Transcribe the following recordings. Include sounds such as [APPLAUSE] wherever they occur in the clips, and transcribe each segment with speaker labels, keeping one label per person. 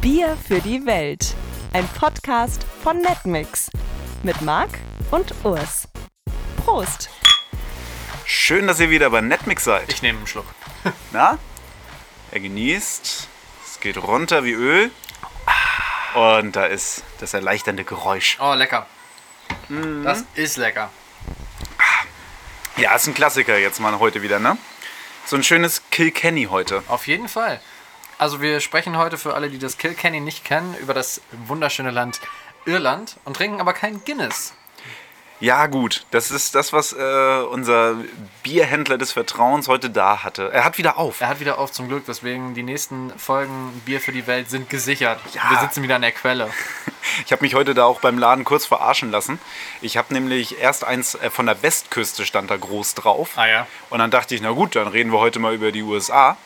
Speaker 1: Bier für die Welt. Ein Podcast von Netmix. Mit Marc und Urs. Prost!
Speaker 2: Schön, dass ihr wieder bei Netmix seid.
Speaker 3: Ich nehme einen Schluck.
Speaker 2: Na? Er genießt. Es geht runter wie Öl. Und da ist das erleichternde Geräusch.
Speaker 3: Oh, lecker.
Speaker 2: Mhm.
Speaker 3: Das ist lecker.
Speaker 2: Ja, ist ein Klassiker jetzt mal heute wieder, ne? So ein schönes Kilkenny heute.
Speaker 3: Auf jeden Fall. Also wir sprechen heute für alle, die das Kilkenny nicht kennen, über das wunderschöne Land Irland und trinken aber kein Guinness.
Speaker 2: Ja, gut. Das ist das, was äh, unser Bierhändler des Vertrauens heute da hatte. Er hat wieder auf.
Speaker 3: Er hat wieder auf zum Glück, deswegen die nächsten Folgen Bier für die Welt sind gesichert.
Speaker 2: Ja.
Speaker 3: Wir sitzen wieder an der Quelle.
Speaker 2: Ich habe mich heute da auch beim Laden kurz verarschen lassen. Ich habe nämlich erst eins äh, von der Westküste stand da groß drauf.
Speaker 3: Ah, ja.
Speaker 2: Und dann dachte ich, na gut, dann reden wir heute mal über die USA.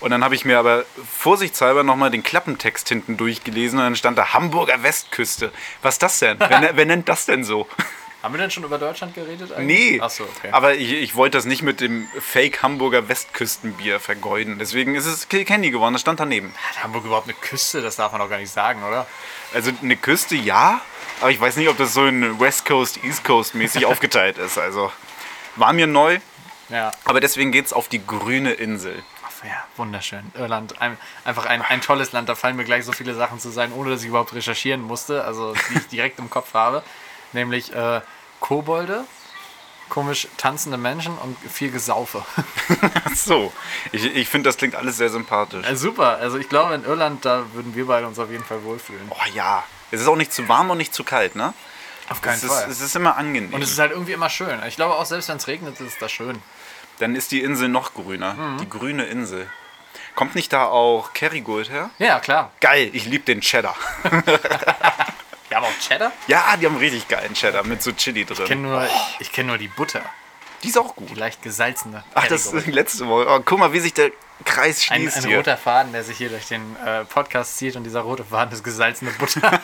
Speaker 2: Und dann habe ich mir aber vorsichtshalber nochmal den Klappentext hinten durchgelesen und dann stand da Hamburger Westküste. Was ist das denn? wer, wer nennt das denn so? [LAUGHS]
Speaker 3: Haben wir denn schon über Deutschland geredet eigentlich?
Speaker 2: Nee.
Speaker 3: Achso, okay.
Speaker 2: Aber ich, ich wollte das nicht mit dem Fake Hamburger Westküstenbier vergeuden. Deswegen ist es Kilkenny geworden, das stand daneben.
Speaker 3: Hat Hamburg überhaupt eine Küste? Das darf man doch gar nicht sagen, oder?
Speaker 2: Also eine Küste ja, aber ich weiß nicht, ob das so in West Coast, East Coast
Speaker 3: [LAUGHS]
Speaker 2: mäßig aufgeteilt ist. Also war mir neu,
Speaker 3: Ja.
Speaker 2: aber deswegen geht's auf die grüne Insel. [LAUGHS]
Speaker 3: Ja, wunderschön. Irland, ein, einfach ein, ein tolles Land. Da fallen mir gleich so viele Sachen zu sein, ohne dass ich überhaupt recherchieren musste, also die ich direkt im Kopf habe. Nämlich äh, Kobolde, komisch tanzende Menschen und viel Gesaufe. [LAUGHS]
Speaker 2: Ach so, ich, ich finde, das klingt alles sehr sympathisch.
Speaker 3: Äh, Super, also ich glaube, in Irland, da würden wir beide uns auf jeden Fall wohlfühlen.
Speaker 2: Oh ja, es ist auch nicht zu warm und nicht zu kalt, ne?
Speaker 3: Auf
Speaker 2: es, ist, es ist immer angenehm.
Speaker 3: Und es ist halt irgendwie immer schön. Ich glaube auch, selbst wenn es regnet, ist es da schön.
Speaker 2: Dann ist die Insel noch grüner,
Speaker 3: Mhm.
Speaker 2: die grüne Insel. Kommt nicht da auch Kerrygold her?
Speaker 3: Ja, klar.
Speaker 2: Geil, ich liebe den Cheddar. [LAUGHS]
Speaker 3: Ja, aber auch Cheddar?
Speaker 2: Ja, die haben richtig geilen Cheddar mit so Chili drin.
Speaker 3: Ich kenne nur, ich kenn nur die Butter,
Speaker 2: die ist auch gut.
Speaker 3: die leicht gesalzene.
Speaker 2: Ach, das
Speaker 3: Kerrygold.
Speaker 2: ist die letzte Woche. Oh, guck mal, wie sich der Kreis
Speaker 3: Ein,
Speaker 2: schließt
Speaker 3: ein
Speaker 2: hier.
Speaker 3: roter Faden, der sich hier durch den äh, Podcast zieht und dieser rote Faden ist gesalzene
Speaker 2: [LAUGHS]
Speaker 3: Butter.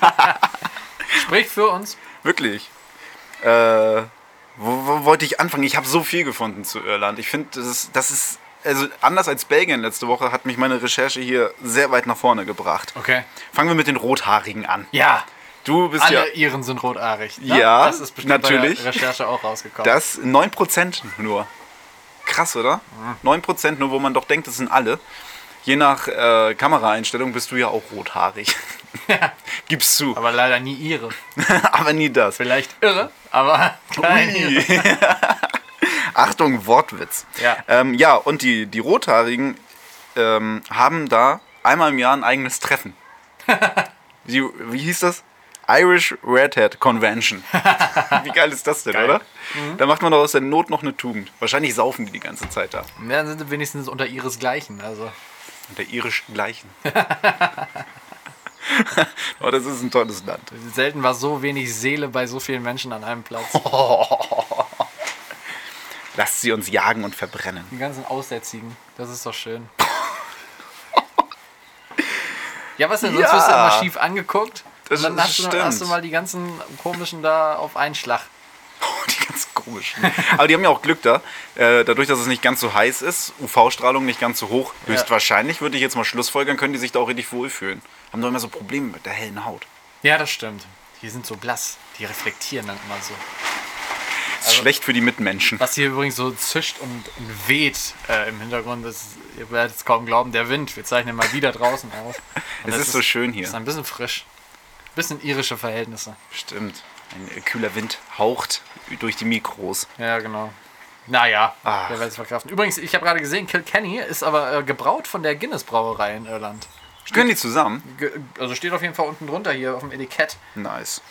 Speaker 3: Spricht für uns.
Speaker 2: Wirklich. Äh, wo, wo wollte ich anfangen? Ich habe so viel gefunden zu Irland. Ich finde, das ist, das ist, also anders als Belgien letzte Woche, hat mich meine Recherche hier sehr weit nach vorne gebracht.
Speaker 3: Okay.
Speaker 2: Fangen wir mit den Rothaarigen an.
Speaker 3: Ja,
Speaker 2: Du bist
Speaker 3: alle
Speaker 2: ja
Speaker 3: Iren sind rothaarig.
Speaker 2: Ja,
Speaker 3: das ist bestimmt
Speaker 2: natürlich.
Speaker 3: bei der Recherche auch rausgekommen.
Speaker 2: das 9% nur. Krass, oder? 9% nur, wo man doch denkt, das sind alle. Je nach äh, Kameraeinstellung bist du ja auch rothaarig. [LAUGHS] Gibst zu.
Speaker 3: aber leider nie Ihre.
Speaker 2: Aber nie das.
Speaker 3: Vielleicht irre, aber kein Ire.
Speaker 2: Ui. [LAUGHS] Achtung, Wortwitz.
Speaker 3: Ja.
Speaker 2: ähm, ja und die, die Rothaarigen ähm, haben da einmal im Jahr ein eigenes
Speaker 3: [LAUGHS]
Speaker 2: Treffen. die, wie hieß das? Irish Red Hat
Speaker 3: [LAUGHS]
Speaker 2: Convention. Wie geil ist das denn,
Speaker 3: Geil. Mhm.
Speaker 2: oder? Da macht man doch aus der Not noch eine Tugend. Wahrscheinlich saufen die die ganze Zeit da.
Speaker 3: Ja, Dann sind sie wenigstens unter ihresgleichen. Also,
Speaker 2: Und der irischen Gleichen.
Speaker 3: [LAUGHS]
Speaker 2: [LAUGHS] oh, das ist ein tolles Land.
Speaker 3: selten war so wenig Seele bei so vielen Menschen an einem Platz.
Speaker 2: Lasst sie uns jagen und verbrennen.
Speaker 3: Die ganzen Aussätzigen, das ist doch schön. ja, was denn? Sonst
Speaker 2: Ja.
Speaker 3: wirst du immer schief angeguckt.
Speaker 2: Das
Speaker 3: und dann
Speaker 2: ist-
Speaker 3: hast du, hast du
Speaker 2: stimmt.
Speaker 3: mal die ganzen komischen da auf einen Schlag.
Speaker 2: [LAUGHS] Die ganz komischen. Aber die haben ja auch Glück da. Äh, dadurch, dass es nicht ganz so heiß ist, UV-Strahlung nicht ganz so hoch, höchstwahrscheinlich würde ich jetzt mal schlussfolgern, können die sich da auch richtig wohlfühlen. Haben doch immer so Probleme mit der hellen Haut.
Speaker 3: Ja, das stimmt. Die sind so blass. Die reflektieren dann immer so.
Speaker 2: Ist
Speaker 3: Also-
Speaker 2: schlecht für die Mitmenschen.
Speaker 3: Was hier übrigens so zischt und, und weht äh, im Hintergrund, das, ihr werdet es kaum glauben, der Wind. Wir zeichnen mal wieder draußen auf. Und
Speaker 2: [LAUGHS] Es
Speaker 3: das
Speaker 2: ist so schön hier.
Speaker 3: Ist ein bisschen frisch. bisschen irische Verhältnisse.
Speaker 2: Stimmt. Ein äh, kühler Wind haucht durch die Mikros.
Speaker 3: Ja, genau. Naja,
Speaker 2: Ach.
Speaker 3: wer weiß verkraften. Übrigens, ich habe gerade gesehen, Kilkenny ist aber äh, gebraut von der Guinness-Brauerei in Irland.
Speaker 2: Können die zusammen?
Speaker 3: Ge also steht auf jeden Fall unten drunter hier auf dem Etikett.
Speaker 2: Nice.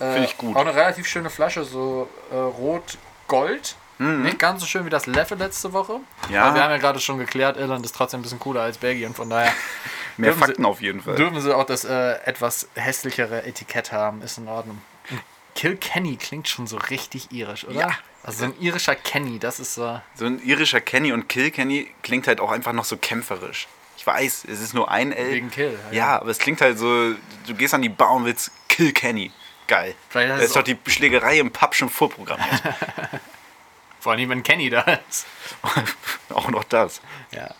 Speaker 3: Äh,
Speaker 2: Finde ich gut.
Speaker 3: Auch eine relativ schöne Flasche, so äh, rot-gold. Nicht ganz so schön wie das Leffe letzte Woche.
Speaker 2: Mhm. Ja.
Speaker 3: Aber wir haben ja gerade schon geklärt, Irland ist trotzdem ein bisschen cooler als Belgien. Von
Speaker 2: [LAUGHS]
Speaker 3: daher
Speaker 2: Mehr
Speaker 3: Dürfen sie-
Speaker 2: Fakten auf jeden Fall.
Speaker 3: dürfen sie auch das äh, etwas hässlichere Etikett haben. Ist in Ordnung. Und Kilkenny klingt schon so richtig irisch, oder?
Speaker 2: Ja.
Speaker 3: Also so ein irischer Kenny, das ist so.
Speaker 2: So ein irischer Kenny und Kilkenny klingt halt auch einfach noch so kämpferisch. Ich weiß, es ist nur ein L.
Speaker 3: Wegen Kill,
Speaker 2: Ja,
Speaker 3: ja.
Speaker 2: aber es klingt halt so, du gehst an die Bar und willst Kilkenny. Geil.
Speaker 3: Vielleicht
Speaker 2: Da
Speaker 3: heißt
Speaker 2: ist
Speaker 3: es
Speaker 2: doch
Speaker 3: auch-
Speaker 2: die Schlägerei im Pub schon
Speaker 3: [LAUGHS]
Speaker 2: vorprogrammiert.
Speaker 3: Vor allem, wenn Kenny da ist.
Speaker 2: auch noch das.
Speaker 3: Ja.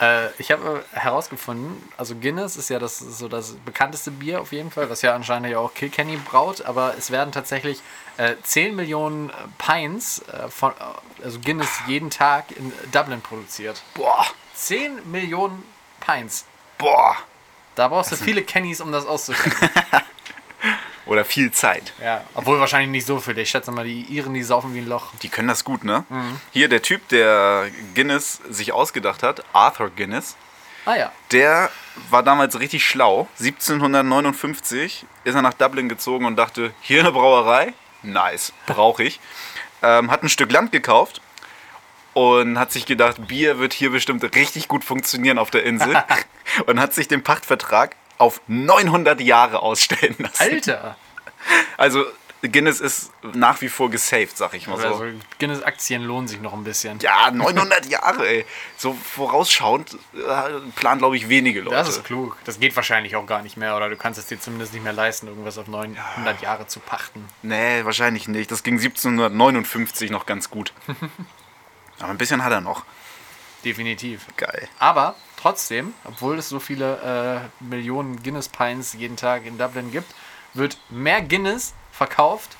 Speaker 3: Äh, ich habe herausgefunden, also Guinness ist ja das ist so das bekannteste Bier auf jeden Fall, was ja anscheinend ja auch Kilkenny braut, aber es werden tatsächlich äh, 10 Millionen äh, Pints äh, von also Guinness jeden Tag in Dublin produziert.
Speaker 2: Boah,
Speaker 3: 10 Millionen Pints.
Speaker 2: boah.
Speaker 3: Da brauchst du viele Kennys, um das auszuschenken.
Speaker 2: Oder viel Zeit.
Speaker 3: [LAUGHS] ja, obwohl wahrscheinlich nicht so viele. Ich schätze mal, die Iren, die saufen wie ein Loch.
Speaker 2: Die können das gut, ne?
Speaker 3: Mhm.
Speaker 2: Hier der Typ, der Guinness sich ausgedacht hat, Arthur Guinness,
Speaker 3: Ah ja.
Speaker 2: der war damals richtig schlau. 1759 ist er nach Dublin gezogen und dachte, hier eine Brauerei, nice, brauche ich. Ähm, hat ein Stück Land gekauft und hat sich gedacht, Bier wird hier bestimmt richtig gut funktionieren auf der
Speaker 3: [LAUGHS]
Speaker 2: Insel und hat sich den Pachtvertrag auf 900 Jahre ausstellen lassen.
Speaker 3: Alter!
Speaker 2: Also Guinness ist nach wie vor gesaved, sag ich mal so.
Speaker 3: Also, Guinness-Aktien lohnen sich noch ein bisschen.
Speaker 2: Ja, 900 Jahre, ey. So vorausschauend äh, planen, glaube ich, wenige Leute.
Speaker 3: Das ist klug. Das geht wahrscheinlich auch gar nicht mehr. Oder du kannst es dir zumindest nicht mehr leisten, irgendwas auf 900 Jahre zu pachten.
Speaker 2: nee, wahrscheinlich nicht. Das ging 1759 noch ganz
Speaker 3: [LAUGHS]
Speaker 2: gut. Aber ein bisschen hat er noch.
Speaker 3: Definitiv.
Speaker 2: Geil.
Speaker 3: Aber trotzdem, obwohl es so viele äh, Millionen Guinness Pints jeden Tag in Dublin gibt, wird mehr Guinness verkauft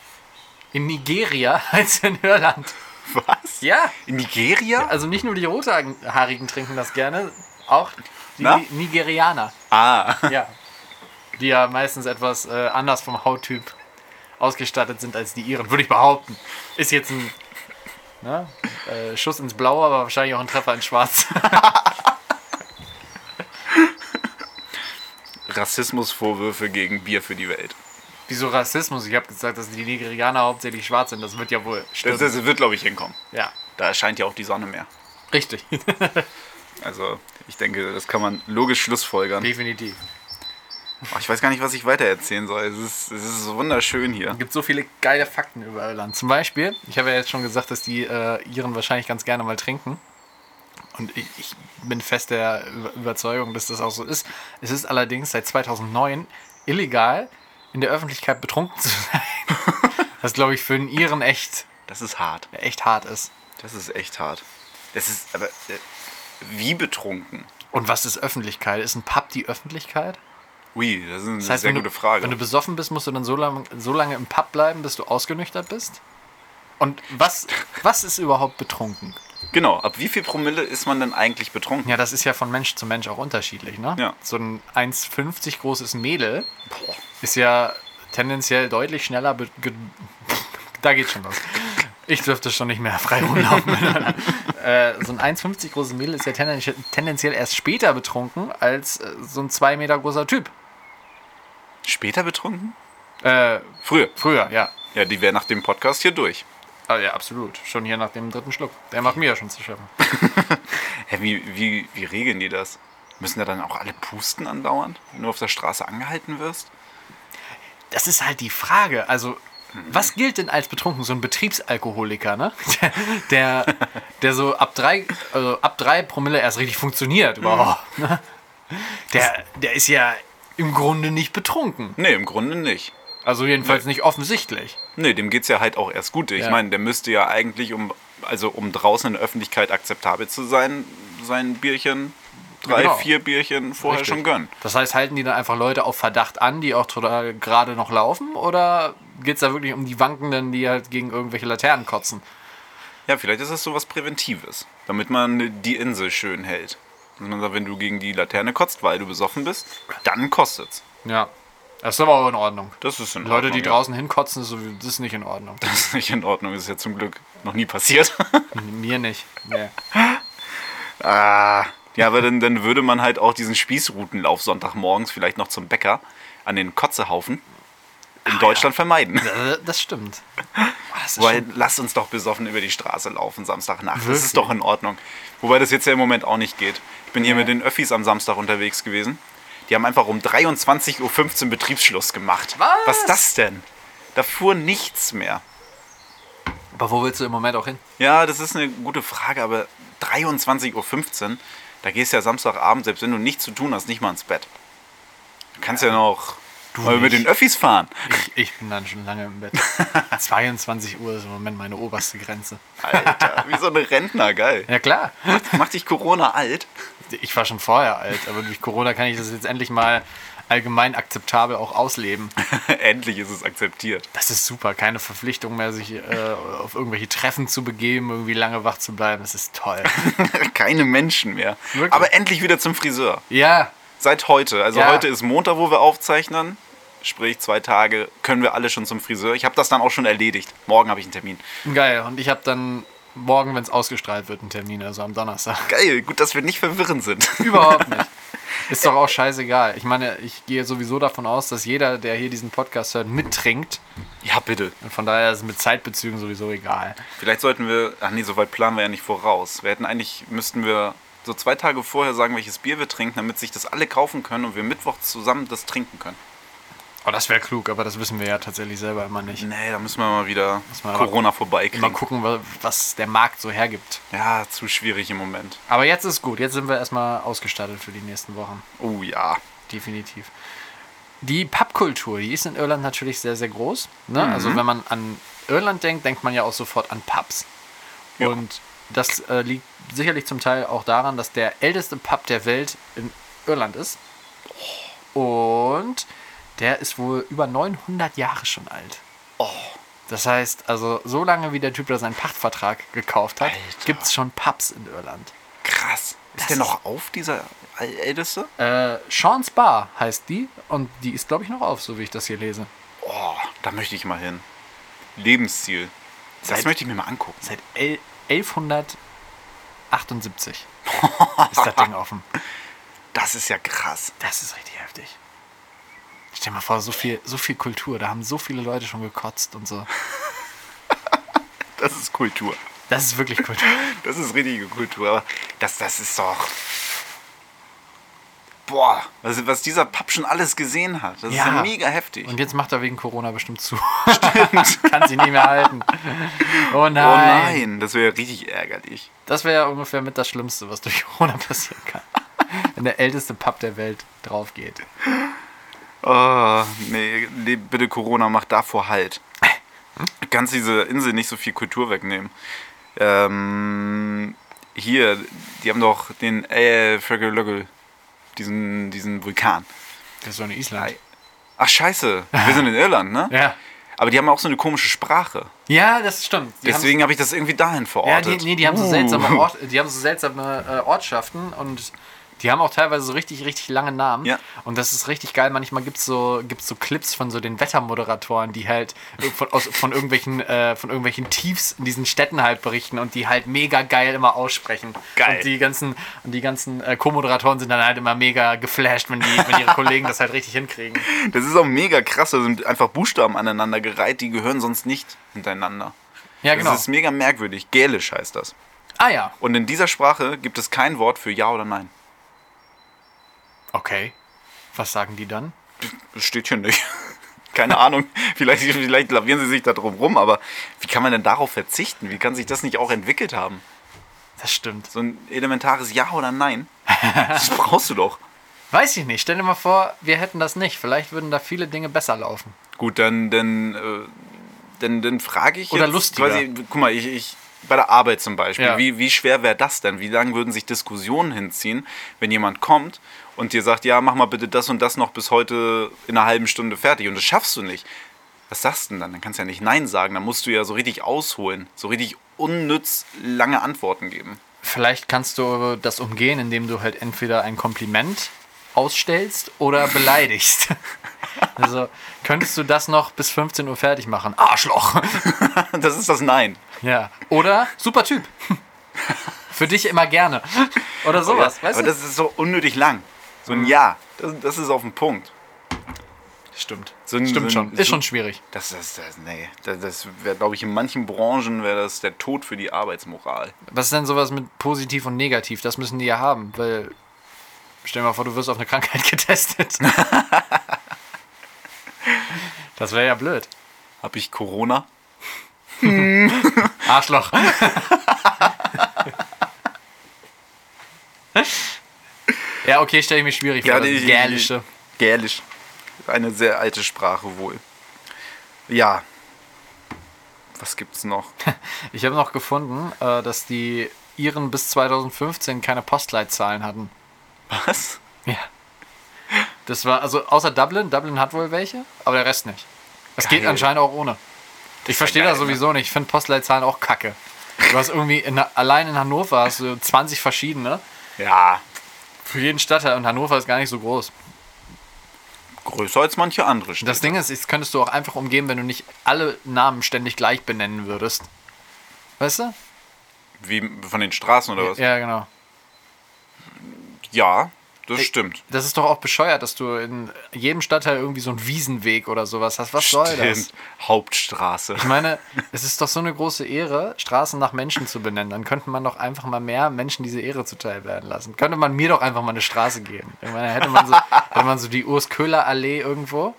Speaker 3: in Nigeria [LAUGHS] als in Irland.
Speaker 2: Was?
Speaker 3: Ja.
Speaker 2: In Nigeria?
Speaker 3: Also nicht nur die Rothaarigen trinken das gerne, auch die
Speaker 2: Na?
Speaker 3: Nigerianer.
Speaker 2: Ah.
Speaker 3: Ja. Die ja meistens etwas äh, anders vom Hauttyp ausgestattet sind als die Iren, würde ich behaupten. Ist jetzt ein ne, äh, Schuss ins Blaue, aber wahrscheinlich auch ein Treffer ins Schwarz.
Speaker 2: Rassismusvorwürfe gegen Bier für die Welt.
Speaker 3: [LAUGHS] Wieso Rassismus? Ich habe gesagt, dass die Nigerianer hauptsächlich schwarz sind. Das wird ja wohl
Speaker 2: Das,
Speaker 3: stimmen.
Speaker 2: das wird, glaube ich, hinkommen.
Speaker 3: ja,
Speaker 2: Da erscheint ja auch die Sonne mehr.
Speaker 3: richtig.
Speaker 2: Also, ich denke, das kann man logisch schlussfolgern.
Speaker 3: Definitiv.
Speaker 2: Ach, ich weiß gar nicht, was ich weitererzählen soll. Es ist, es ist wunderschön hier.
Speaker 3: Es gibt so viele geile Fakten über Irland. Zum Beispiel, ich habe ja jetzt schon gesagt, dass die äh, Iren wahrscheinlich ganz gerne mal trinken. Und ich, ich bin fest der Über- Überzeugung, dass das auch so ist. Es ist allerdings seit 2009 illegal, in der Öffentlichkeit betrunken zu [LAUGHS] sein. Was, glaube ich, für einen Iren echt,
Speaker 2: Das ist hart.
Speaker 3: echt hart ist.
Speaker 2: Das ist echt hart. Das ist aber äh, wie betrunken.
Speaker 3: Und was ist Öffentlichkeit? Ist ein Pub die Öffentlichkeit?
Speaker 2: Ui, das ist eine
Speaker 3: Das heißt,
Speaker 2: sehr
Speaker 3: wenn,
Speaker 2: gute
Speaker 3: du,
Speaker 2: Frage.
Speaker 3: wenn du besoffen bist, musst du dann so, lang, so lange im Pub bleiben, bis du ausgenüchtert bist? Und was, was ist überhaupt betrunken?
Speaker 2: genau, ab wie viel Promille ist man denn eigentlich betrunken?
Speaker 3: Ja, das ist ja von Mensch zu Mensch auch unterschiedlich, ne?
Speaker 2: Ja.
Speaker 3: So ein 1,50 großes Mädel ist ja tendenziell deutlich schneller. Be ge [LAUGHS] da geht schon was. Ich dürfte schon nicht mehr frei rumlaufen. äh, so ein 1,50 großes Mädel ist ja tendenziell, tendenziell erst später betrunken als äh, so ein 2 Meter großer Typ.
Speaker 2: Später betrunken?
Speaker 3: Äh,
Speaker 2: Früher.
Speaker 3: früher, ja.
Speaker 2: Ja, die wäre nach dem Podcast hier durch.
Speaker 3: Ah, ja, absolut. Schon hier nach dem dritten Schluck. Der macht mir ja schon zu schaffen.
Speaker 2: Hä, wie, wie, wie regeln die das? Müssen da dann auch alle pusten andauernd, wenn du auf der Straße angehalten wirst?
Speaker 3: Das ist halt die Frage. Also, was gilt denn als betrunken? So ein Betriebsalkoholiker, ne? [LAUGHS] Der, der so ab drei, also ab drei Promille erst richtig funktioniert überhaupt.
Speaker 2: Mhm.
Speaker 3: Ne? Der, der ist ja im Grunde nicht betrunken.
Speaker 2: Nee, im Grunde nicht.
Speaker 3: Also jedenfalls nicht offensichtlich.
Speaker 2: Nee, dem geht's ja halt auch erst gut. Ich
Speaker 3: Ja.
Speaker 2: meine, der müsste ja eigentlich, um, also um draußen in der Öffentlichkeit akzeptabel zu sein, sein Bierchen, drei,
Speaker 3: Genau.
Speaker 2: vier Bierchen vorher
Speaker 3: Richtig.
Speaker 2: schon gönnen.
Speaker 3: Das heißt, halten die dann einfach Leute auf Verdacht an, die auch total gerade noch laufen? Oder geht es da wirklich um die Wankenden, die halt gegen irgendwelche Laternen kotzen?
Speaker 2: Ja, vielleicht ist das so was Präventives, damit man die Insel schön hält. Und man sagt, wenn du gegen die Laterne kotzt, weil du besoffen bist, dann kostet's.
Speaker 3: Ja. Das ist aber auch in Ordnung.
Speaker 2: Das ist in
Speaker 3: Leute,
Speaker 2: Ordnung.
Speaker 3: die
Speaker 2: ja.
Speaker 3: draußen hinkotzen, ist sowieso- das ist nicht in Ordnung.
Speaker 2: Das ist [LAUGHS] nicht in Ordnung, ist ja zum Glück noch nie passiert. [LAUGHS]
Speaker 3: Mir nicht. Nee.
Speaker 2: ah. Ja, aber dann, dann würde man halt auch diesen Spießroutenlauf Sonntagmorgens vielleicht noch zum Bäcker an den Kotzehaufen in Deutschland vermeiden.
Speaker 3: Äh, Das stimmt. Ah, Das ist
Speaker 2: Weil
Speaker 3: schon-
Speaker 2: lasst uns doch besoffen über die Straße laufen Samstagnacht. Das
Speaker 3: Wirklich?
Speaker 2: ist doch in Ordnung. Wobei das jetzt ja im Moment auch nicht geht. Ich bin hier mit den Öffis am Samstag unterwegs gewesen. Die haben einfach um 23.15 Uhr Betriebsschluss gemacht.
Speaker 3: Was?
Speaker 2: Was ist das denn? Da fuhr nichts mehr.
Speaker 3: Aber wo willst du im Moment auch hin?
Speaker 2: Ja, das ist eine gute Frage, aber 23.15 Uhr, da gehst du ja Samstagabend, selbst wenn du nichts zu tun hast, nicht mal ins Bett. Du kannst ja, noch
Speaker 3: Du
Speaker 2: Wollen wir mit
Speaker 3: nicht.
Speaker 2: den Öffis fahren?
Speaker 3: Ich, ich bin dann schon lange [LAUGHS] im Bett. 22 Uhr ist im Moment meine oberste Grenze.
Speaker 2: Alter, wie so eine Rentner, geil.
Speaker 3: Ja klar,
Speaker 2: Macht dich Corona alt? [LAUGHS]
Speaker 3: ich war schon vorher alt, aber durch Corona kann ich das jetzt endlich mal allgemein akzeptabel auch ausleben.
Speaker 2: Endlich ist es akzeptiert. [LAUGHS]
Speaker 3: Das ist super, keine Verpflichtung mehr, sich äh, auf irgendwelche Treffen zu begeben, irgendwie lange wach zu bleiben. Das ist [LAUGHS] toll.
Speaker 2: Keine Menschen mehr.
Speaker 3: Wirklich?
Speaker 2: Aber endlich wieder zum Friseur.
Speaker 3: Ja,
Speaker 2: Seit heute. Also
Speaker 3: Ja.
Speaker 2: heute ist Montag, wo wir aufzeichnen. Sprich, zwei Tage können wir alle schon zum Friseur. Ich habe das dann auch schon erledigt. Morgen habe ich einen Termin.
Speaker 3: geil. Und ich habe dann morgen, wenn es ausgestrahlt wird, einen Termin, also am Donnerstag.
Speaker 2: Geil, gut, dass wir nicht verwirrend sind.
Speaker 3: Überhaupt nicht. Ist doch auch scheißegal. Ich meine, ich gehe sowieso davon aus, dass jeder, der hier diesen Podcast hört, mittrinkt.
Speaker 2: Ja, bitte.
Speaker 3: Und von daher ist es mit Zeitbezügen sowieso egal.
Speaker 2: Vielleicht sollten wir. Ach nee, so weit planen wir ja nicht voraus. Wir hätten eigentlich, müssten wir so zwei Tage vorher sagen, welches Bier wir trinken, damit sich das alle kaufen können und wir Mittwoch zusammen das trinken können.
Speaker 3: Oh, das wäre klug, aber das wissen wir ja tatsächlich selber immer nicht.
Speaker 2: Nee, da müssen wir mal wieder
Speaker 3: wir mal-
Speaker 2: Corona
Speaker 3: Mal
Speaker 2: vorbeikriegen.
Speaker 3: gucken, wa- was der Markt so hergibt.
Speaker 2: Ja, zu schwierig im Moment.
Speaker 3: Aber jetzt ist gut. Jetzt sind wir erstmal ausgestattet für die nächsten Wochen.
Speaker 2: Oh ja.
Speaker 3: Definitiv. Die Pubkultur, die ist in Irland natürlich sehr, sehr groß. Ne?
Speaker 2: Mhm.
Speaker 3: Also wenn man an Irland denkt, denkt man ja auch sofort an Pubs.
Speaker 2: Ja.
Speaker 3: Und das äh, liegt sicherlich zum Teil auch daran, dass der älteste Pub der Welt in Irland ist. Und der ist wohl über 900 Jahre schon alt.
Speaker 2: Oh.
Speaker 3: Das heißt, also so lange wie der Typ da seinen Pachtvertrag gekauft hat,
Speaker 2: Alter.
Speaker 3: gibt es schon Pubs in Irland.
Speaker 2: Krass. Ist der
Speaker 3: ist-
Speaker 2: noch auf, dieser Al- Älteste?
Speaker 3: Äh, Sean's Bar heißt die und die ist, glaube ich, noch auf, so wie ich das hier lese.
Speaker 2: Oh, da möchte ich mal hin. Lebensziel. Das
Speaker 3: Seit-
Speaker 2: möchte ich mir mal angucken.
Speaker 3: Seit el 1178
Speaker 2: [LAUGHS]
Speaker 3: ist das Ding offen.
Speaker 2: Das ist ja krass.
Speaker 3: Das ist richtig heftig. Stell dir mal vor, so viel, so viel Kultur, da haben so viele Leute schon gekotzt und so.
Speaker 2: Das ist Kultur.
Speaker 3: Das ist wirklich Kultur.
Speaker 2: [LAUGHS] Das ist richtige Kultur. Aber das, das ist doch. Boah, was, was dieser Papp schon alles gesehen hat. Das ist ja mega heftig.
Speaker 3: Und jetzt macht er wegen Corona bestimmt zu. [LAUGHS] Kann sich nicht mehr halten. Oh nein.
Speaker 2: oh nein, das wäre ja richtig ärgerlich.
Speaker 3: Das wäre ja ungefähr mit das Schlimmste, was durch Corona passieren kann. [LAUGHS] Wenn der älteste Pub der Welt drauf geht.
Speaker 2: Oh, nee, nee, bitte Corona, mach davor halt. Du kannst diese Insel nicht so viel Kultur wegnehmen. Ähm, hier, die haben doch den äh, Frögelögel, diesen, diesen Vulkan.
Speaker 3: Das ist so eine Island.
Speaker 2: Ach scheiße, wir sind in Irland, ne?
Speaker 3: Ja.
Speaker 2: Aber die haben auch so eine komische Sprache.
Speaker 3: Ja, das stimmt. Die haben-
Speaker 2: Deswegen habe ich das irgendwie dahin
Speaker 3: Ja,
Speaker 2: verortet.
Speaker 3: die, nee, die haben so
Speaker 2: Uh.
Speaker 3: seltsame,
Speaker 2: [LAUGHS]
Speaker 3: Ort, die haben so seltsame äh, Ortschaften und die haben auch teilweise so richtig, richtig lange Namen.
Speaker 2: Ja.
Speaker 3: Und das ist richtig geil. Manchmal gibt es so, gibt's so Clips von so den Wettermoderatoren, die halt von, aus, von, irgendwelchen, äh, von irgendwelchen Tiefs in diesen Städten halt berichten und die halt mega geil immer aussprechen.
Speaker 2: Geil.
Speaker 3: Und die ganzen, und die ganzen äh, Co-Moderatoren sind dann halt immer mega geflasht, wenn, die, wenn ihre Kollegen das halt richtig hinkriegen.
Speaker 2: Das ist auch mega krass, da sind einfach Buchstaben aneinander gereiht, die gehören sonst nicht hintereinander.
Speaker 3: Ja, genau.
Speaker 2: Das ist mega merkwürdig. Gälisch heißt das.
Speaker 3: Ah ja.
Speaker 2: Und in dieser Sprache gibt es kein Wort für Ja oder Nein.
Speaker 3: Okay. Was sagen die dann?
Speaker 2: Das steht hier nicht. [LAUGHS] Keine Ahnung. Vielleicht, vielleicht lavieren sie sich da drum rum, aber wie kann man denn darauf verzichten? Wie kann sich das nicht auch entwickelt haben?
Speaker 3: Das stimmt.
Speaker 2: So ein elementares Ja oder Nein. Das brauchst du doch.
Speaker 3: Weiß ich nicht. Stell dir mal vor, wir hätten das nicht. Vielleicht würden da viele Dinge besser laufen.
Speaker 2: Gut, dann, dann, äh, dann, dann frage ich
Speaker 3: Oder
Speaker 2: jetzt
Speaker 3: lustiger.
Speaker 2: quasi, guck mal, ich, ich bei der Arbeit zum Beispiel,
Speaker 3: Ja.
Speaker 2: wie, wie schwer wäre das denn? Wie lange würden sich Diskussionen hinziehen, wenn jemand kommt und dir sagt, ja, mach mal bitte das und das noch bis heute in einer halben Stunde fertig und das schaffst du nicht. Was sagst du denn dann? Dann kannst du ja nicht Nein sagen, dann musst du ja so richtig ausholen, so richtig unnütz lange Antworten geben. [LAUGHS]
Speaker 3: Vielleicht kannst du das umgehen, indem du halt entweder ein Kompliment ausstellst [LAUGHS] oder beleidigst. Also könntest du das noch bis 15 Uhr fertig machen? Arschloch!
Speaker 2: Das ist das Nein.
Speaker 3: [LAUGHS] Ja. Oder super Typ. [LAUGHS] Für dich immer gerne. Oder sowas.
Speaker 2: Ja,
Speaker 3: weißt
Speaker 2: aber
Speaker 3: du?
Speaker 2: das ist so unnötig lang. So ein Ja, das, das ist auf den Punkt.
Speaker 3: stimmt.
Speaker 2: So ein-
Speaker 3: stimmt
Speaker 2: so ein-
Speaker 3: schon. Ist
Speaker 2: so-
Speaker 3: schon schwierig.
Speaker 2: Das, das, das, nee. Das, das wäre, glaube ich, in manchen Branchen wäre das der Tod für die Arbeitsmoral.
Speaker 3: Was ist denn sowas mit positiv und negativ? Das müssen die ja haben, weil. Stell dir mal vor, du wirst auf eine Krankheit [LAUGHS] getestet. das wäre ja blöd.
Speaker 2: Habe ich Corona?
Speaker 3: Arschloch. ja, okay, stelle ich mir schwierig vor. das
Speaker 2: die- die-
Speaker 3: Gälische.
Speaker 2: Gälisch. Eine sehr alte Sprache wohl. Ja. Was gibt's
Speaker 3: [LAUGHS]
Speaker 2: noch?
Speaker 3: Ich habe noch gefunden, äh, dass die Iren bis 2015 keine Postleitzahlen hatten.
Speaker 2: Was?
Speaker 3: Ja. Das war, also außer Dublin, Dublin hat wohl welche, aber der Rest nicht. Das geht
Speaker 2: Geil.
Speaker 3: anscheinend auch ohne. Ich verstehe
Speaker 2: geil,
Speaker 3: das sowieso nicht. Ich finde Postleitzahlen auch kacke. Du hast irgendwie, in, allein in Hannover hast du 20 verschiedene.
Speaker 2: Ja.
Speaker 3: Für jeden Stadtteil. Und Hannover ist gar nicht so groß.
Speaker 2: Größer als manche andere Städte.
Speaker 3: Das Ding ist, das könntest du auch einfach umgehen, wenn du nicht alle Namen ständig gleich benennen würdest. Weißt du?
Speaker 2: Wie von den Straßen oder was? Ja,
Speaker 3: Ja, genau.
Speaker 2: das stimmt.
Speaker 3: Das ist doch auch bescheuert, dass du in jedem Stadtteil irgendwie so einen Wiesenweg oder sowas hast. Was soll das?
Speaker 2: Stimmt. Hauptstraße.
Speaker 3: Ich meine, es ist doch so eine große Ehre, Straßen nach Menschen zu benennen. Dann könnte man doch einfach mal mehr Menschen diese Ehre zuteil werden lassen. Könnte man mir doch einfach mal eine Straße geben. Ich meine, hätte man so, hätte man so die Urs-Köhler-Allee irgendwo.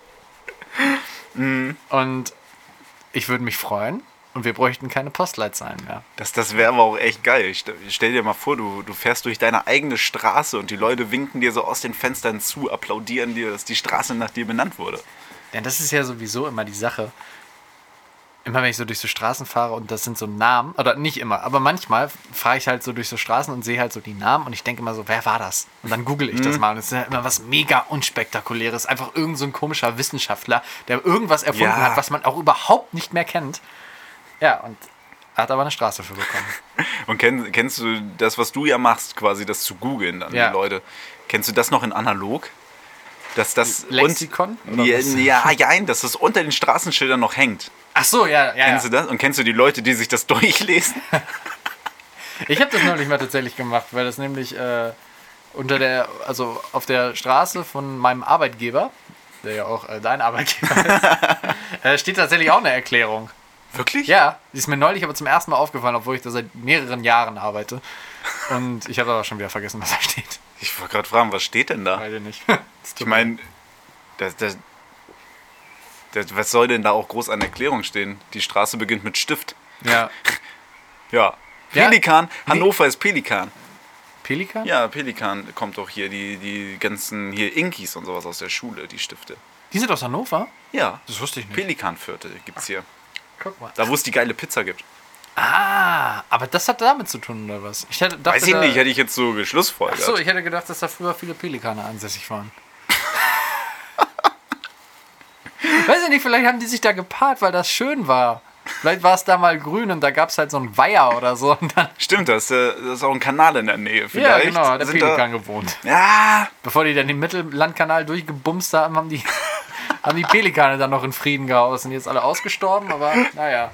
Speaker 3: Und ich würde mich freuen. Und wir bräuchten keine Postleitzahlen mehr.
Speaker 2: Das, das wäre aber auch echt geil. St- Stell dir mal vor, du, du fährst durch deine eigene Straße und die Leute winken dir so aus den Fenstern zu, applaudieren dir, dass die Straße nach dir benannt wurde.
Speaker 3: Denn das ist ja sowieso immer die Sache. Immer wenn ich so durch so Straßen fahre und das sind so Namen, oder nicht immer, aber manchmal fahre ich halt so durch so Straßen und sehe halt so die Namen und ich denke immer so, wer war das? Und dann google ich das mal und es ist ja immer was mega unspektakuläres. Einfach irgend so ein komischer Wissenschaftler, der irgendwas erfunden
Speaker 2: Ja.
Speaker 3: hat, was man auch überhaupt nicht mehr kennt. Ja, und er hat aber eine Straße für bekommen.
Speaker 2: Und kenn, kennst du das, was du ja machst, quasi das zu googeln dann,
Speaker 3: Ja.
Speaker 2: die Leute? Kennst du das noch in analog? Dass das
Speaker 3: Lexikon?
Speaker 2: Und,
Speaker 3: Oder
Speaker 2: ja, ja,
Speaker 3: was?
Speaker 2: jein, dass das unter den Straßenschildern noch hängt.
Speaker 3: Ach so, ja, ja. ja.
Speaker 2: Kennst du das? Und kennst du die Leute, die sich das [LAUGHS] durchlesen?
Speaker 3: Ich habe das neulich mal tatsächlich gemacht, weil das nämlich äh, unter der, also auf der Straße von meinem Arbeitgeber, der ja auch äh, dein Arbeitgeber ist, äh, steht tatsächlich auch eine Erklärung.
Speaker 2: Wirklich?
Speaker 3: Ja, die ist mir neulich aber zum ersten Mal aufgefallen, obwohl ich da seit mehreren Jahren arbeite. Und ich habe aber schon wieder vergessen, was da steht.
Speaker 2: Ich wollte gerade fragen, was steht denn da?
Speaker 3: Weiß ich nicht. [LAUGHS]
Speaker 2: Ich meine, das, das, das, was soll denn da auch groß an Erklärung stehen? Die Straße beginnt mit Stift.
Speaker 3: Ja.
Speaker 2: Ja.
Speaker 3: Ja.
Speaker 2: Pelikan, Hannover ist Pelikan.
Speaker 3: Pelikan?
Speaker 2: Ja, Pelikan kommt doch hier, die, die ganzen hier Inkis und sowas aus der Schule, die Stifte.
Speaker 3: Die sind aus Hannover?
Speaker 2: Ja.
Speaker 3: Das wusste ich nicht.
Speaker 2: Pelikanviertel gibt's hier.
Speaker 3: Guck mal.
Speaker 2: Da, wo es die geile Pizza gibt.
Speaker 3: Ah, aber das hat damit zu tun, oder was? Ich hätte, dachte,
Speaker 2: Weiß ich
Speaker 3: da-
Speaker 2: nicht, hätte ich jetzt so
Speaker 3: Ach So,
Speaker 2: geschlussfolgert.
Speaker 3: ich hätte gedacht, dass da früher viele Pelikane ansässig [LAUGHS] waren. Weiß ich nicht, vielleicht haben die sich da gepaart, weil das schön war. Vielleicht war es da mal grün und da gab es halt so einen Weiher oder so. Und dann,
Speaker 2: Stimmt, da ist, äh, da ist auch ein Kanal in der Nähe. Vielleicht
Speaker 3: ja, genau, hat der
Speaker 2: sind da-
Speaker 3: Pelikan gewohnt.
Speaker 2: Ja,
Speaker 3: [LAUGHS] Bevor die dann den Mittellandkanal durchgebumst haben, haben die, [LAUGHS] haben die Pelikane dann noch in Frieden gehaust. Sind jetzt alle ausgestorben, aber naja.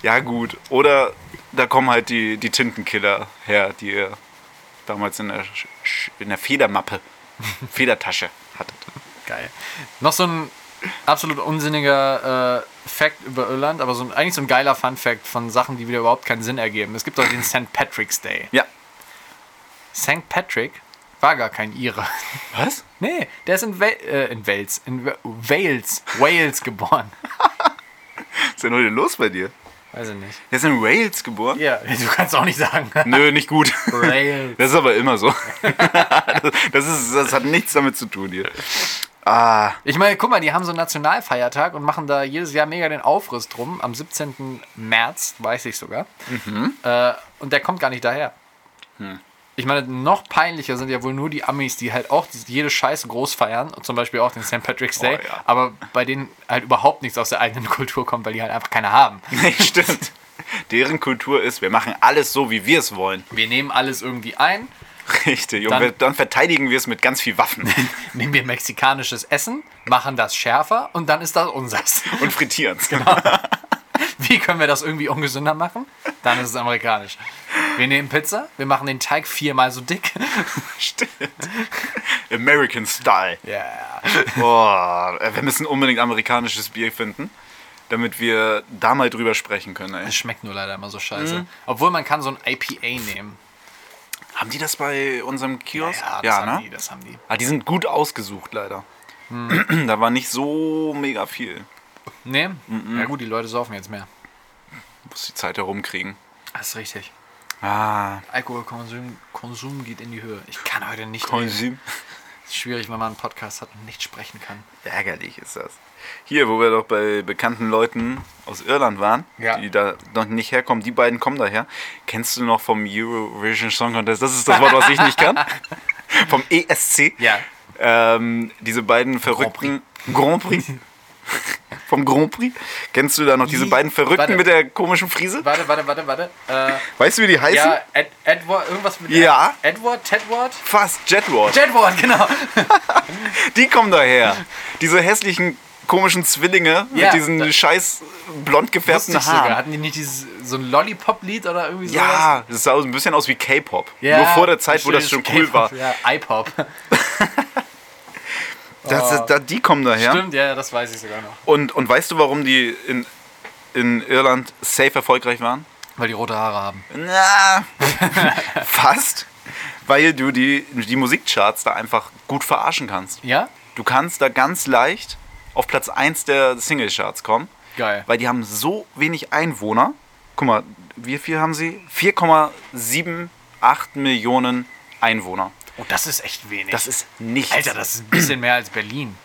Speaker 2: ja, gut. Oder da kommen halt die, die Tintenkiller her, die ihr damals in der, Sch- Sch- in der
Speaker 3: [LAUGHS]
Speaker 2: Federmappe, Federtasche hattet.
Speaker 3: Geil. Noch so ein absolut unsinniger äh, Fact über Irland, aber so ein, eigentlich so ein geiler Fun-Fact von Sachen, die wieder überhaupt keinen Sinn ergeben. Es gibt auch den St. Patrick's Day.
Speaker 2: Ja.
Speaker 3: St. Patrick war gar kein Ire. [LAUGHS]
Speaker 2: Was?
Speaker 3: Nee, der ist in, Wel äh, in Wales, in Wa- Wales, Wales geboren.
Speaker 2: Was ist denn heute los bei dir?
Speaker 3: Weiß ich nicht.
Speaker 2: Der ist in Wales geboren?
Speaker 3: Ja, du kannst auch nicht sagen.
Speaker 2: Nö, nicht gut.
Speaker 3: Wales.
Speaker 2: [LAUGHS] Das ist aber immer so. Das, ist, das hat nichts damit zu tun hier. Ah,
Speaker 3: Ich meine, guck mal, die haben so einen Nationalfeiertag und machen da jedes Jahr mega den Aufriss drum. Am 17. März, weiß ich sogar.
Speaker 2: Mhm.
Speaker 3: Äh, und der kommt gar nicht daher.
Speaker 2: Hm.
Speaker 3: Ich meine, noch peinlicher sind ja wohl nur die Amis, die halt auch diese- jede Scheiße groß feiern. Und zum Beispiel auch den St. Patrick's Day.
Speaker 2: Oh, ja.
Speaker 3: Aber bei denen halt überhaupt nichts aus der eigenen [LAUGHS] Kultur kommt, weil die halt einfach keine haben.
Speaker 2: nee, stimmt. Deren Kultur ist, wir machen alles so, wie wir es wollen.
Speaker 3: Wir nehmen alles irgendwie ein.
Speaker 2: Richtig. Und
Speaker 3: Dann-
Speaker 2: wir, dann verteidigen wir es mit ganz viel Waffen
Speaker 3: Nehmen wir mexikanisches Essen, machen das schärfer und dann ist das unseres.
Speaker 2: und frittieren es.
Speaker 3: Genau. Wie können wir das irgendwie ungesünder machen? Dann ist es amerikanisch. Wir nehmen Pizza, wir machen den Teig viermal so dick.
Speaker 2: [LAUGHS]
Speaker 3: [LAUGHS]
Speaker 2: Stimmt. American Style.
Speaker 3: Ja.
Speaker 2: Boah, äh, wir müssen unbedingt amerikanisches Bier finden, damit wir da mal drüber sprechen können. Ey.
Speaker 3: Das schmeckt nur leider immer so scheiße. Obwohl man kann so ein IPA nehmen.
Speaker 2: Haben die das bei unserem Kiosk?
Speaker 3: das haben die, das haben die.
Speaker 2: Ah, die sind gut ausgesucht, leider. [CLEARS THROAT]
Speaker 3: Hm.
Speaker 2: Da war nicht so mega viel.
Speaker 3: Nee? Ja gut, die Leute saufen jetzt mehr.
Speaker 2: Muss die Zeit herumkriegen.
Speaker 3: Das ist richtig.
Speaker 2: Ah,
Speaker 3: Alkoholkonsum Konsum geht in die Höhe. Ich kann heute nicht. reden.
Speaker 2: Konsum.
Speaker 3: Schwierig, wenn man einen Podcast hat und nicht sprechen kann.
Speaker 2: Ärgerlich ist das. Hier, wo wir doch bei bekannten Leuten aus Irland waren,
Speaker 3: Ja.
Speaker 2: die da noch nicht herkommen, die beiden kommen daher. Kennst du noch vom Eurovision Song Contest? Das ist das Wort, was ich nicht
Speaker 3: [LAUGHS]
Speaker 2: kann. vom E ESC.
Speaker 3: Ja.
Speaker 2: Ähm, diese beiden verrückten Grand
Speaker 3: [LAUGHS]
Speaker 2: Prix. vom Grand Prix. Kennst du da noch diese
Speaker 3: Die-
Speaker 2: beiden Verrückten
Speaker 3: warte.
Speaker 2: mit der komischen Frise?
Speaker 3: Warte, warte, warte, warte. Äh,
Speaker 2: Weißt du, wie die heißen?
Speaker 3: ja, Ed, Edward, irgendwas mit
Speaker 2: Ja.
Speaker 3: Ed, Edward, Tedward?
Speaker 2: Fast Jetward.
Speaker 3: Jedward, genau.
Speaker 2: Die kommen daher. Diese hässlichen komischen Zwillinge
Speaker 3: Ja,
Speaker 2: mit diesen
Speaker 3: da-
Speaker 2: scheiß blond gefärbten
Speaker 3: Wusste ich sogar.
Speaker 2: Haaren.
Speaker 3: Hatten die nicht dieses, so ein Lollipop-Lied oder irgendwie sowas?
Speaker 2: Ja, das sah so ein bisschen aus wie K-Pop. Nur vor der Zeit, wo das schon
Speaker 3: stimmt,
Speaker 2: cool war.
Speaker 3: K-Pop, Ja, iPop.
Speaker 2: Das, das, das, die kommen daher.
Speaker 3: Stimmt, ja, das weiß ich sogar noch.
Speaker 2: Und, und weißt du, warum die in, in Irland safe erfolgreich waren?
Speaker 3: Weil die rote Haare haben.
Speaker 2: Na, fast. Weil du die, die Musikcharts da einfach gut verarschen kannst.
Speaker 3: Ja?
Speaker 2: Du kannst da ganz leicht auf Platz 1 der Singlecharts kommen.
Speaker 3: Geil.
Speaker 2: Weil die haben so wenig Einwohner. Guck mal, wie viel haben sie? 4,78 Millionen Einwohner.
Speaker 3: Oh, das ist echt wenig.
Speaker 2: Das ist nichts.
Speaker 3: Alter, das ist ein bisschen mehr als Berlin.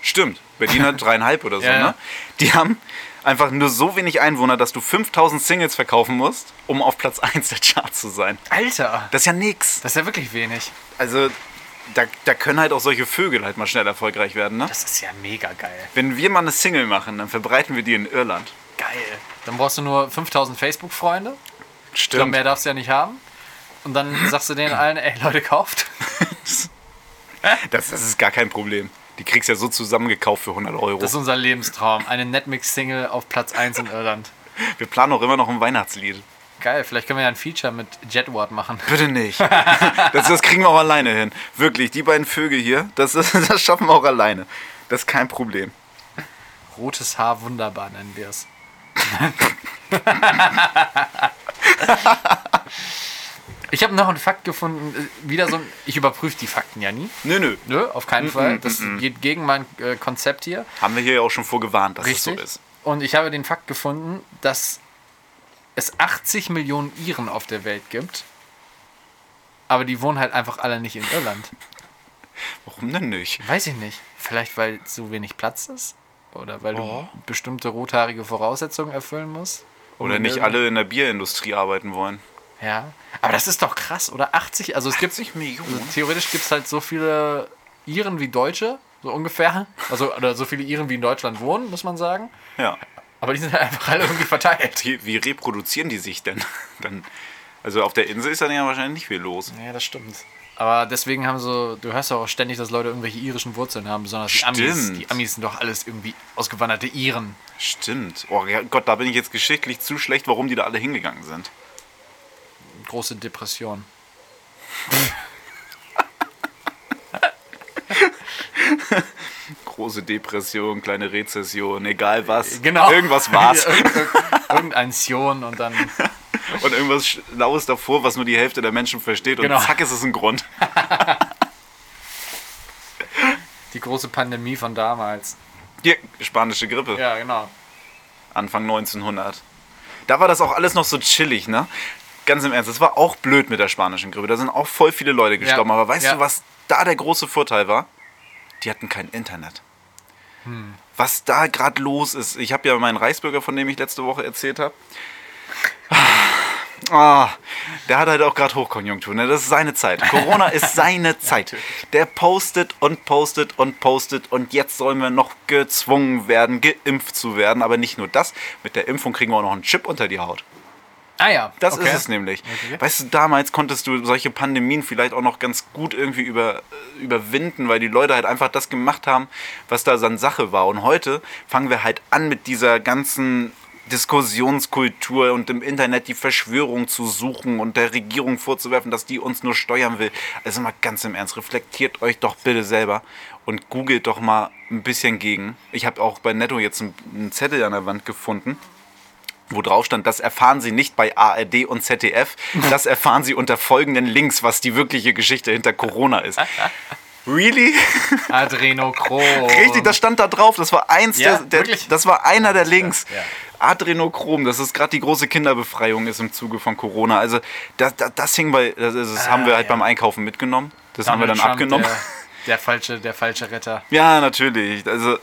Speaker 2: Stimmt. Berlin
Speaker 3: [LAUGHS]
Speaker 2: hat dreieinhalb oder so,
Speaker 3: Ja, ja.
Speaker 2: ne? Die haben einfach nur so wenig Einwohner, dass du 5000 Singles verkaufen musst, um auf Platz 1 der Charts zu sein.
Speaker 3: Alter,
Speaker 2: Das ist ja nix.
Speaker 3: das ist ja wirklich wenig.
Speaker 2: Also, da, da können halt auch solche Vögel halt mal schnell erfolgreich werden, ne?
Speaker 3: Das ist ja mega geil.
Speaker 2: Wenn wir mal eine Single machen, dann verbreiten wir die in Irland.
Speaker 3: Geil. Dann brauchst du nur 5000 Facebook-Freunde. Ich glaube,
Speaker 2: Stimmt. [LAUGHS]
Speaker 3: mehr darfst du ja nicht haben. Und dann sagst du denen allen, ey, Leute, kauft.
Speaker 2: Das, das ist gar kein Problem. Die kriegst ja so zusammengekauft für 100 Euro.
Speaker 3: Das ist unser Lebenstraum. Eine Netmix-Single auf Platz 1 in Irland.
Speaker 2: Wir planen auch immer noch ein Weihnachtslied.
Speaker 3: Geil, vielleicht können wir ja ein Feature mit Jetward machen.
Speaker 2: Bitte nicht. [LAUGHS] Das, das kriegen wir auch alleine hin. Wirklich, die beiden Vögel hier, das, ist, [LAUGHS] das schaffen wir auch alleine. Das ist kein Problem.
Speaker 3: Rotes Haar wunderbar nennen wir es. ich habe noch einen Fakt gefunden, äh, wieder so ein, ich überprüfe die Fakten ja nie.
Speaker 2: Nö, nö.
Speaker 3: Nö, auf keinen Fall. Das geht gegen mein äh, Konzept hier.
Speaker 2: Haben wir hier ja auch schon vorgewarnt, dass es
Speaker 3: Richtig.
Speaker 2: so ist.
Speaker 3: Und ich habe den Fakt gefunden, dass es 80 Millionen Iren auf der Welt gibt, aber die wohnen halt einfach alle nicht in Irland.
Speaker 2: Warum denn nicht?
Speaker 3: Weiß ich nicht. Vielleicht weil so wenig Platz ist? Oder weil
Speaker 2: Oh.
Speaker 3: du bestimmte rothaarige Voraussetzungen erfüllen musst? um
Speaker 2: Oder
Speaker 3: in
Speaker 2: nicht
Speaker 3: Irland-
Speaker 2: alle in der Bierindustrie arbeiten wollen.
Speaker 3: Ja. Aber das ist doch krass, oder? 80, also es gibt also
Speaker 2: Millionen?
Speaker 3: theoretisch gibt es halt so viele Iren wie Deutsche, so ungefähr. Also oder so viele Iren wie in Deutschland wohnen, muss man sagen.
Speaker 2: Ja.
Speaker 3: Aber die sind halt einfach alle irgendwie verteilt.
Speaker 2: Die, wie reproduzieren die sich denn? [LAUGHS] Dann, also auf der Insel ist dann ja wahrscheinlich nicht viel los.
Speaker 3: Ja, das stimmt. Aber deswegen haben so, du hörst doch auch ständig, dass Leute irgendwelche irischen Wurzeln haben, besonders die Amis.
Speaker 2: Stimmt.
Speaker 3: Die Amis sind doch alles irgendwie ausgewanderte Iren.
Speaker 2: Stimmt. Oh ja, Gott, da bin ich jetzt geschichtlich zu schlecht, warum die da alle hingegangen sind.
Speaker 3: Große Depression.
Speaker 2: Große Depression, kleine Rezession, egal was. [LAUGHS]
Speaker 3: Genau.
Speaker 2: Irgendwas
Speaker 3: [LAUGHS]
Speaker 2: war's.
Speaker 3: Irgendein Sion und dann.
Speaker 2: Und irgendwas Schlaues davor, was nur die Hälfte der Menschen versteht. Und
Speaker 3: Genau.
Speaker 2: zack, ist es ein Grund.
Speaker 3: Die große Pandemie von damals.
Speaker 2: Hier, spanische Grippe.
Speaker 3: Ja, genau.
Speaker 2: Anfang 1900. Da war das auch alles noch so chillig, ne? Ganz im Ernst, das war auch blöd mit der spanischen Grippe. Da sind auch voll viele Leute gestorben. Aber weißt
Speaker 3: Ja.
Speaker 2: du, was da der große Vorteil war? Die hatten kein Internet.
Speaker 3: Hm.
Speaker 2: Was da gerade los ist. Ich habe ja meinen Reichsbürger, von dem ich letzte Woche erzählt habe. Ah, der hat halt auch gerade Hochkonjunktur. Ne? Das ist seine Zeit. Corona ist seine Zeit. Der postet und postet und postet und jetzt sollen wir noch gezwungen werden, geimpft zu werden. Aber nicht nur das. Mit der Impfung kriegen wir auch noch einen Chip unter die Haut.
Speaker 3: Ah ja.
Speaker 2: Das
Speaker 3: okay.
Speaker 2: ist es nämlich.
Speaker 3: Okay.
Speaker 2: Weißt du, damals konntest du solche Pandemien vielleicht auch noch ganz gut irgendwie über, äh, überwinden, weil die Leute halt einfach das gemacht haben, was da so an Sache war. Und heute fangen wir halt an mit dieser ganzen Diskussionskultur und im Internet die Verschwörung zu suchen und der Regierung vorzuwerfen, dass die uns nur steuern will. Also mal ganz im Ernst, reflektiert euch doch bitte selber und googelt doch mal ein bisschen gegen. Ich habe auch bei Netto jetzt einen- einen Zettel an der Wand gefunden wo drauf stand, das erfahren Sie nicht bei ARD und ZDF, das erfahren Sie unter folgenden Links, was die wirkliche Geschichte hinter Corona ist. Really? [LAUGHS]
Speaker 3: Adrenochrom.
Speaker 2: Richtig, das stand da drauf. Das war eins
Speaker 3: Ja,
Speaker 2: der, der
Speaker 3: wirklich?
Speaker 2: das war einer der Links.
Speaker 3: ja.
Speaker 2: Adrenochrom, das ist gerade die große Kinderbefreiung ist im Zuge von Corona. Also das, das, das hing bei, das, das haben wir halt
Speaker 3: Ah, ja.
Speaker 2: beim Einkaufen mitgenommen. Das haben wir dann
Speaker 3: Donald Trump,
Speaker 2: abgenommen.
Speaker 3: der- der falsche, der falsche Retter.
Speaker 2: [LAUGHS] Ja, natürlich. Also,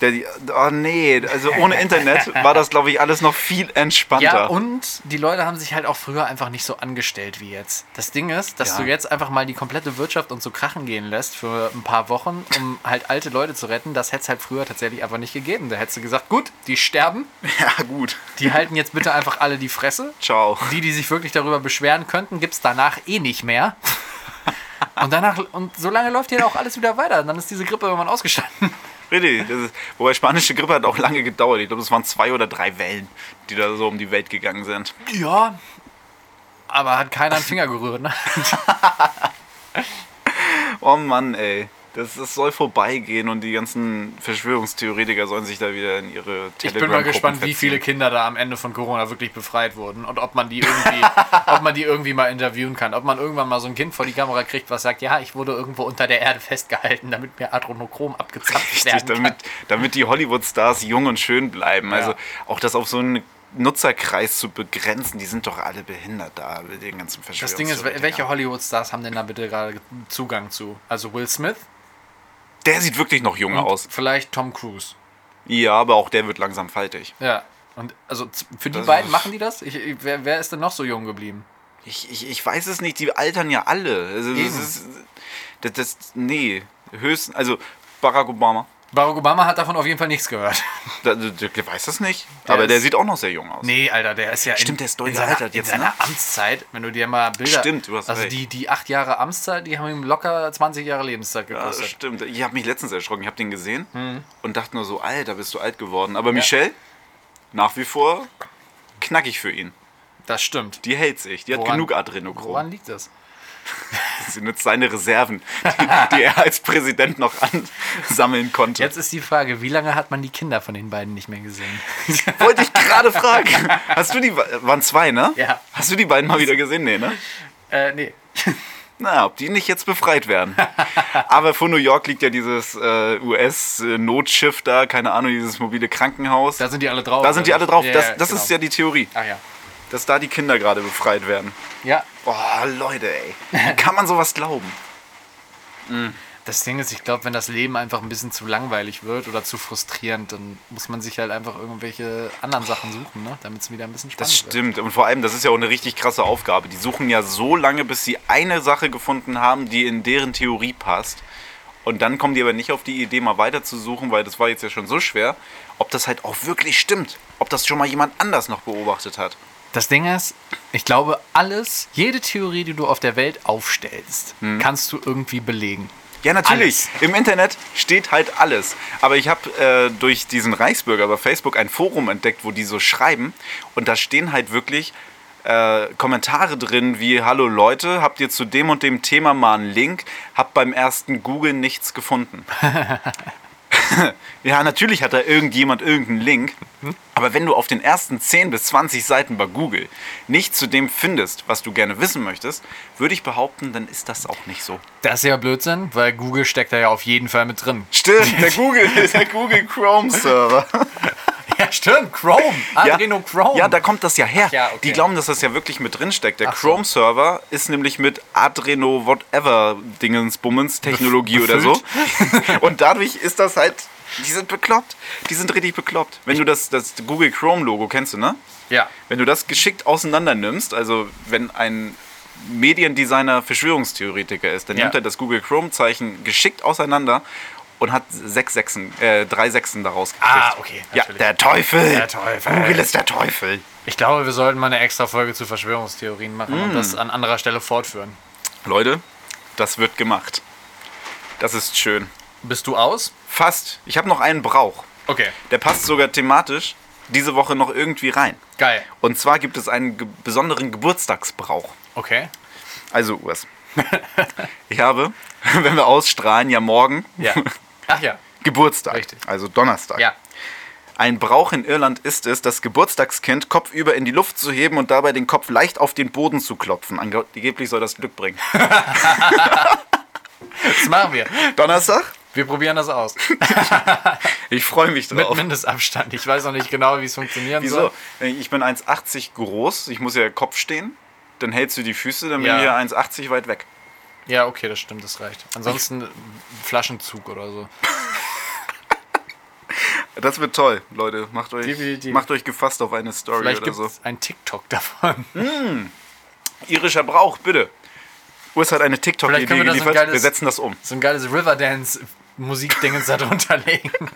Speaker 2: der, oh nee, also ohne
Speaker 3: [LAUGHS]
Speaker 2: Internet war das, glaube ich, alles noch viel entspannter.
Speaker 3: Ja, und die Leute haben sich halt auch früher einfach nicht so angestellt wie jetzt. Das Ding ist, dass
Speaker 2: Ja.
Speaker 3: du jetzt einfach mal die komplette Wirtschaft und so krachen gehen lässt für ein paar Wochen, um halt alte Leute zu retten. Das hätte es halt früher tatsächlich einfach nicht gegeben. Da hättest du gesagt, gut, die sterben,
Speaker 2: [LAUGHS] ja, gut.
Speaker 3: die halten jetzt bitte einfach alle die Fresse.
Speaker 2: Ciao.
Speaker 3: Die, die sich wirklich darüber beschweren könnten, gibt es danach eh nicht mehr. Und danach, und so lange läuft hier auch alles wieder weiter. Und dann ist diese Grippe
Speaker 2: [LAUGHS]
Speaker 3: irgendwann ausgestanden.
Speaker 2: Richtig. Das ist, wobei spanische Grippe hat auch lange gedauert. Ich glaube, es waren zwei oder drei Wellen, die da so um die Welt gegangen sind.
Speaker 3: Ja, aber hat keiner einen Finger gerührt, ne?
Speaker 2: Oh Mann, ey. Das, das soll vorbeigehen und die ganzen Verschwörungstheoretiker sollen sich da wieder in ihre telegram
Speaker 3: Ich bin mal gespannt, wie viele Kinder da am Ende von Corona wirklich befreit wurden und ob man die irgendwie, [LAUGHS] ob man die irgendwie mal interviewen kann. Ob man irgendwann mal so ein Kind vor die Kamera kriegt, was sagt, ja, ich wurde irgendwo unter der Erde festgehalten, damit mir Adrenochrom abgezapft
Speaker 2: [LAUGHS] Richtig,
Speaker 3: werden kann.
Speaker 2: damit, damit die Hollywood-Stars jung und schön bleiben. Also
Speaker 3: Ja.
Speaker 2: auch das auf so einen Nutzerkreis zu begrenzen, die sind doch alle behindert da mit den ganzen
Speaker 3: Das Ding ist,
Speaker 2: Verschwörungstheoretikern.
Speaker 3: wel- welche Hollywood-Stars haben denn da bitte gerade Zugang zu? Also Will Smith,
Speaker 2: Der sieht wirklich noch jung aus.
Speaker 3: vielleicht Tom Cruise.
Speaker 2: Ja, aber auch der wird langsam faltig.
Speaker 3: Ja. Und also z- für die
Speaker 2: Das
Speaker 3: beiden
Speaker 2: ist-
Speaker 3: machen die das? Ich, ich, wer, wer ist denn noch so jung geblieben?
Speaker 2: Ich, ich, ich weiß es nicht, die altern ja alle. Also, das
Speaker 3: Eben.
Speaker 2: ist, das, das, nee, höchstens, also Barack Obama,
Speaker 3: Barack Obama hat davon auf jeden Fall nichts gehört. [LAUGHS]
Speaker 2: da, da, der weiß das nicht,
Speaker 3: Der
Speaker 2: aber der
Speaker 3: ist-
Speaker 2: sieht auch noch sehr jung aus.
Speaker 3: Nee, Alter, der ist ja
Speaker 2: Stimmt, der ist doll
Speaker 3: in seiner,
Speaker 2: gealtert
Speaker 3: in
Speaker 2: jetzt,
Speaker 3: seiner
Speaker 2: ne?
Speaker 3: Amtszeit, wenn du dir mal Bilder...
Speaker 2: Stimmt, du hast
Speaker 3: Also
Speaker 2: recht.
Speaker 3: die, die acht Jahre Amtszeit, die haben ihm locker 20 Jahre Lebenszeit
Speaker 2: Ja,
Speaker 3: gekostet.
Speaker 2: stimmt, ich habe mich letztens erschrocken, ich habe den gesehen
Speaker 3: Hm.
Speaker 2: und dachte nur so, Alter, bist du alt geworden. Aber Michelle, nach wie vor knackig für ihn.
Speaker 3: das stimmt.
Speaker 2: Die hält sich, die hat
Speaker 3: Woran-
Speaker 2: genug Adrenochrom.
Speaker 3: Woran liegt das?
Speaker 2: Sie nutzt seine Reserven, die, die er als Präsident noch ansammeln konnte.
Speaker 3: Jetzt ist die Frage, wie lange hat man die Kinder von den beiden nicht mehr gesehen? [LAUGHS]
Speaker 2: Wollte ich gerade fragen. Hast du die, waren zwei, ne?
Speaker 3: Ja.
Speaker 2: Hast du die beiden mal wieder gesehen? Nee, ne?
Speaker 3: äh, nee.
Speaker 2: Na, ob die nicht jetzt befreit werden. Aber vor New York liegt ja dieses äh, US-Notschiff da, keine Ahnung, dieses mobile Krankenhaus.
Speaker 3: Da sind die alle drauf.
Speaker 2: da sind die alle
Speaker 3: oder?
Speaker 2: drauf.
Speaker 3: Ja,
Speaker 2: das
Speaker 3: ja,
Speaker 2: das
Speaker 3: genau.
Speaker 2: ist ja die Theorie,
Speaker 3: Ach ja.
Speaker 2: dass da die Kinder gerade befreit werden.
Speaker 3: Ja,
Speaker 2: Oh, Leute, ey. Wie kann man sowas glauben?
Speaker 3: Das Ding ist, ich glaube, wenn das Leben einfach ein bisschen zu langweilig wird oder zu frustrierend, dann muss man sich halt einfach irgendwelche anderen Sachen suchen, ne? damit es wieder ein bisschen spannend
Speaker 2: Das
Speaker 3: wird.
Speaker 2: stimmt. Und vor allem, das ist ja auch eine richtig krasse Aufgabe. Die suchen ja so lange, bis sie eine Sache gefunden haben, die in deren Theorie passt. Und dann kommen die aber nicht auf die Idee, mal weiter zu suchen, weil das war jetzt ja schon so schwer, ob das halt auch wirklich stimmt. Ob das schon mal jemand anders noch beobachtet hat.
Speaker 3: Das Ding ist, ich glaube, alles, jede Theorie, die du auf der Welt aufstellst, kannst du irgendwie belegen.
Speaker 2: Mhm. Ja, natürlich.
Speaker 3: Alles.
Speaker 2: Im Internet steht halt alles. Aber ich habe äh, durch diesen Reichsbürger bei Facebook ein Forum entdeckt, wo die so schreiben. Und da stehen halt wirklich äh, Kommentare drin wie, hallo Leute, habt ihr zu dem und dem Thema mal einen Link? Hab beim ersten Google nichts gefunden. [LAUGHS] ja, natürlich hat da irgendjemand irgendeinen Link. Aber wenn du auf den ersten 10 bis 20 Seiten bei Google nicht zu dem findest, was du gerne wissen möchtest, würde ich behaupten, dann ist das auch nicht so.
Speaker 3: Das ist ja Blödsinn, weil Google steckt da ja auf jeden Fall mit drin.
Speaker 2: Stimmt, der Google, [LAUGHS] der Google Chrome Server.
Speaker 3: Ja, stimmt, Chrome. Adreno Chrome.
Speaker 2: Ja, da kommt das ja her.
Speaker 3: ja, okay.
Speaker 2: Die glauben, dass das ja wirklich mit drin steckt. Der
Speaker 3: Ach so.
Speaker 2: Chrome Server ist nämlich mit Adreno Whatever Dingensbummens Technologie
Speaker 3: Bef-
Speaker 2: oder so. [LAUGHS] Und dadurch ist das halt die sind bekloppt. Die sind richtig bekloppt. Wenn du das, das Google Chrome Logo kennst du, ne?
Speaker 3: ja.
Speaker 2: Wenn du das geschickt auseinander nimmst, also wenn ein Mediendesigner Verschwörungstheoretiker ist, dann
Speaker 3: Ja.
Speaker 2: nimmt er das Google Chrome Zeichen geschickt auseinander und hat sechs Sechsen, äh, drei Sechsen daraus gekriegt.
Speaker 3: Ah, okay,
Speaker 2: Ja,
Speaker 3: natürlich.
Speaker 2: der Teufel.
Speaker 3: Der Teufel.
Speaker 2: Google ist der Teufel.
Speaker 3: Ich glaube, wir sollten mal eine extra Folge zu Verschwörungstheorien machen
Speaker 2: Mhm.
Speaker 3: und das an anderer Stelle fortführen.
Speaker 2: Leute, das wird gemacht. Das ist schön.
Speaker 3: Bist du aus?
Speaker 2: Fast. Ich habe noch einen Brauch.
Speaker 3: Okay,
Speaker 2: Der passt sogar thematisch diese Woche noch irgendwie rein.
Speaker 3: geil.
Speaker 2: Und zwar gibt es einen ge besonderen Geburtstagsbrauch.
Speaker 3: Okay.
Speaker 2: Also, Urs. [LAUGHS] Ich habe, [LAUGHS] wenn wir ausstrahlen, ja morgen [LAUGHS]
Speaker 3: Ja. Ach ja.
Speaker 2: Geburtstag.
Speaker 3: Richtig.
Speaker 2: Also Donnerstag.
Speaker 3: Ja.
Speaker 2: Ein Brauch in Irland ist es, das Geburtstagskind kopfüber in die Luft zu heben und dabei den Kopf leicht auf den Boden zu klopfen. Angeblich soll das Glück bringen. [LAUGHS]
Speaker 3: Das machen wir.
Speaker 2: Donnerstag?
Speaker 3: Wir probieren
Speaker 2: [LAUGHS]
Speaker 3: das aus.
Speaker 2: Ich freue mich
Speaker 3: Mit
Speaker 2: drauf.
Speaker 3: Mindestabstand. Ich weiß noch nicht genau, wie es funktionieren
Speaker 2: Wieso?
Speaker 3: soll.
Speaker 2: Ich bin 1,80 groß, ich muss ja Kopf stehen. Dann hältst du die Füße, dann
Speaker 3: Ja.
Speaker 2: bin ich ja 1,80 weit weg.
Speaker 3: Ja, okay, das stimmt, das reicht. Ansonsten Flaschenzug oder so.
Speaker 2: Das wird toll, Leute. Macht euch,
Speaker 3: Definitiv.
Speaker 2: macht euch gefasst auf eine Story
Speaker 3: Vielleicht
Speaker 2: oder
Speaker 3: gibt
Speaker 2: so.
Speaker 3: es ein TikTok davon.
Speaker 2: Irischer Brauch, bitte. Urs hat eine
Speaker 3: Vielleicht
Speaker 2: TikTok-Idee
Speaker 3: können wir das in
Speaker 2: geliefert.
Speaker 3: geiles-
Speaker 2: wir setzen das um.
Speaker 3: So ein geiles Riverdance-Musikdingens da drunter legen.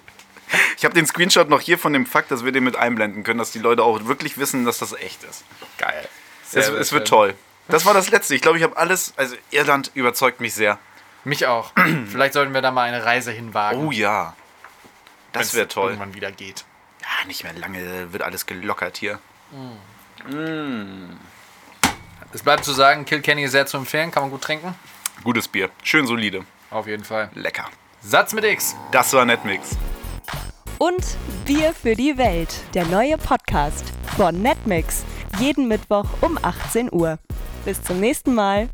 Speaker 2: Ich habe den Screenshot noch hier von dem Fakt, dass wir den mit einblenden können, dass die Leute auch wirklich wissen, dass das echt ist. Geil. Es,
Speaker 3: Sehr
Speaker 2: es
Speaker 3: schön.
Speaker 2: wird toll. Das war das Letzte. Ich glaube, ich habe alles. Also, Irland überzeugt mich sehr.
Speaker 3: Mich auch. [CLEARS THROAT] Vielleicht sollten wir da mal eine Reise hinwagen.
Speaker 2: Oh ja. Das
Speaker 3: wenn's
Speaker 2: wäre toll.
Speaker 3: irgendwann wieder geht.
Speaker 2: Ja, nicht mehr lange wird alles gelockert hier.
Speaker 3: Es bleibt zu sagen, Kilkenny ist sehr zu empfehlen, kann man gut trinken.
Speaker 2: Gutes Bier. Schön solide.
Speaker 3: Auf jeden Fall.
Speaker 2: Lecker.
Speaker 3: Satz mit X.
Speaker 2: Das war Netmix.
Speaker 1: Und Bier für die Welt, der neue Podcast von Netmix. Jeden Mittwoch um 18 Uhr. Bis zum nächsten Mal.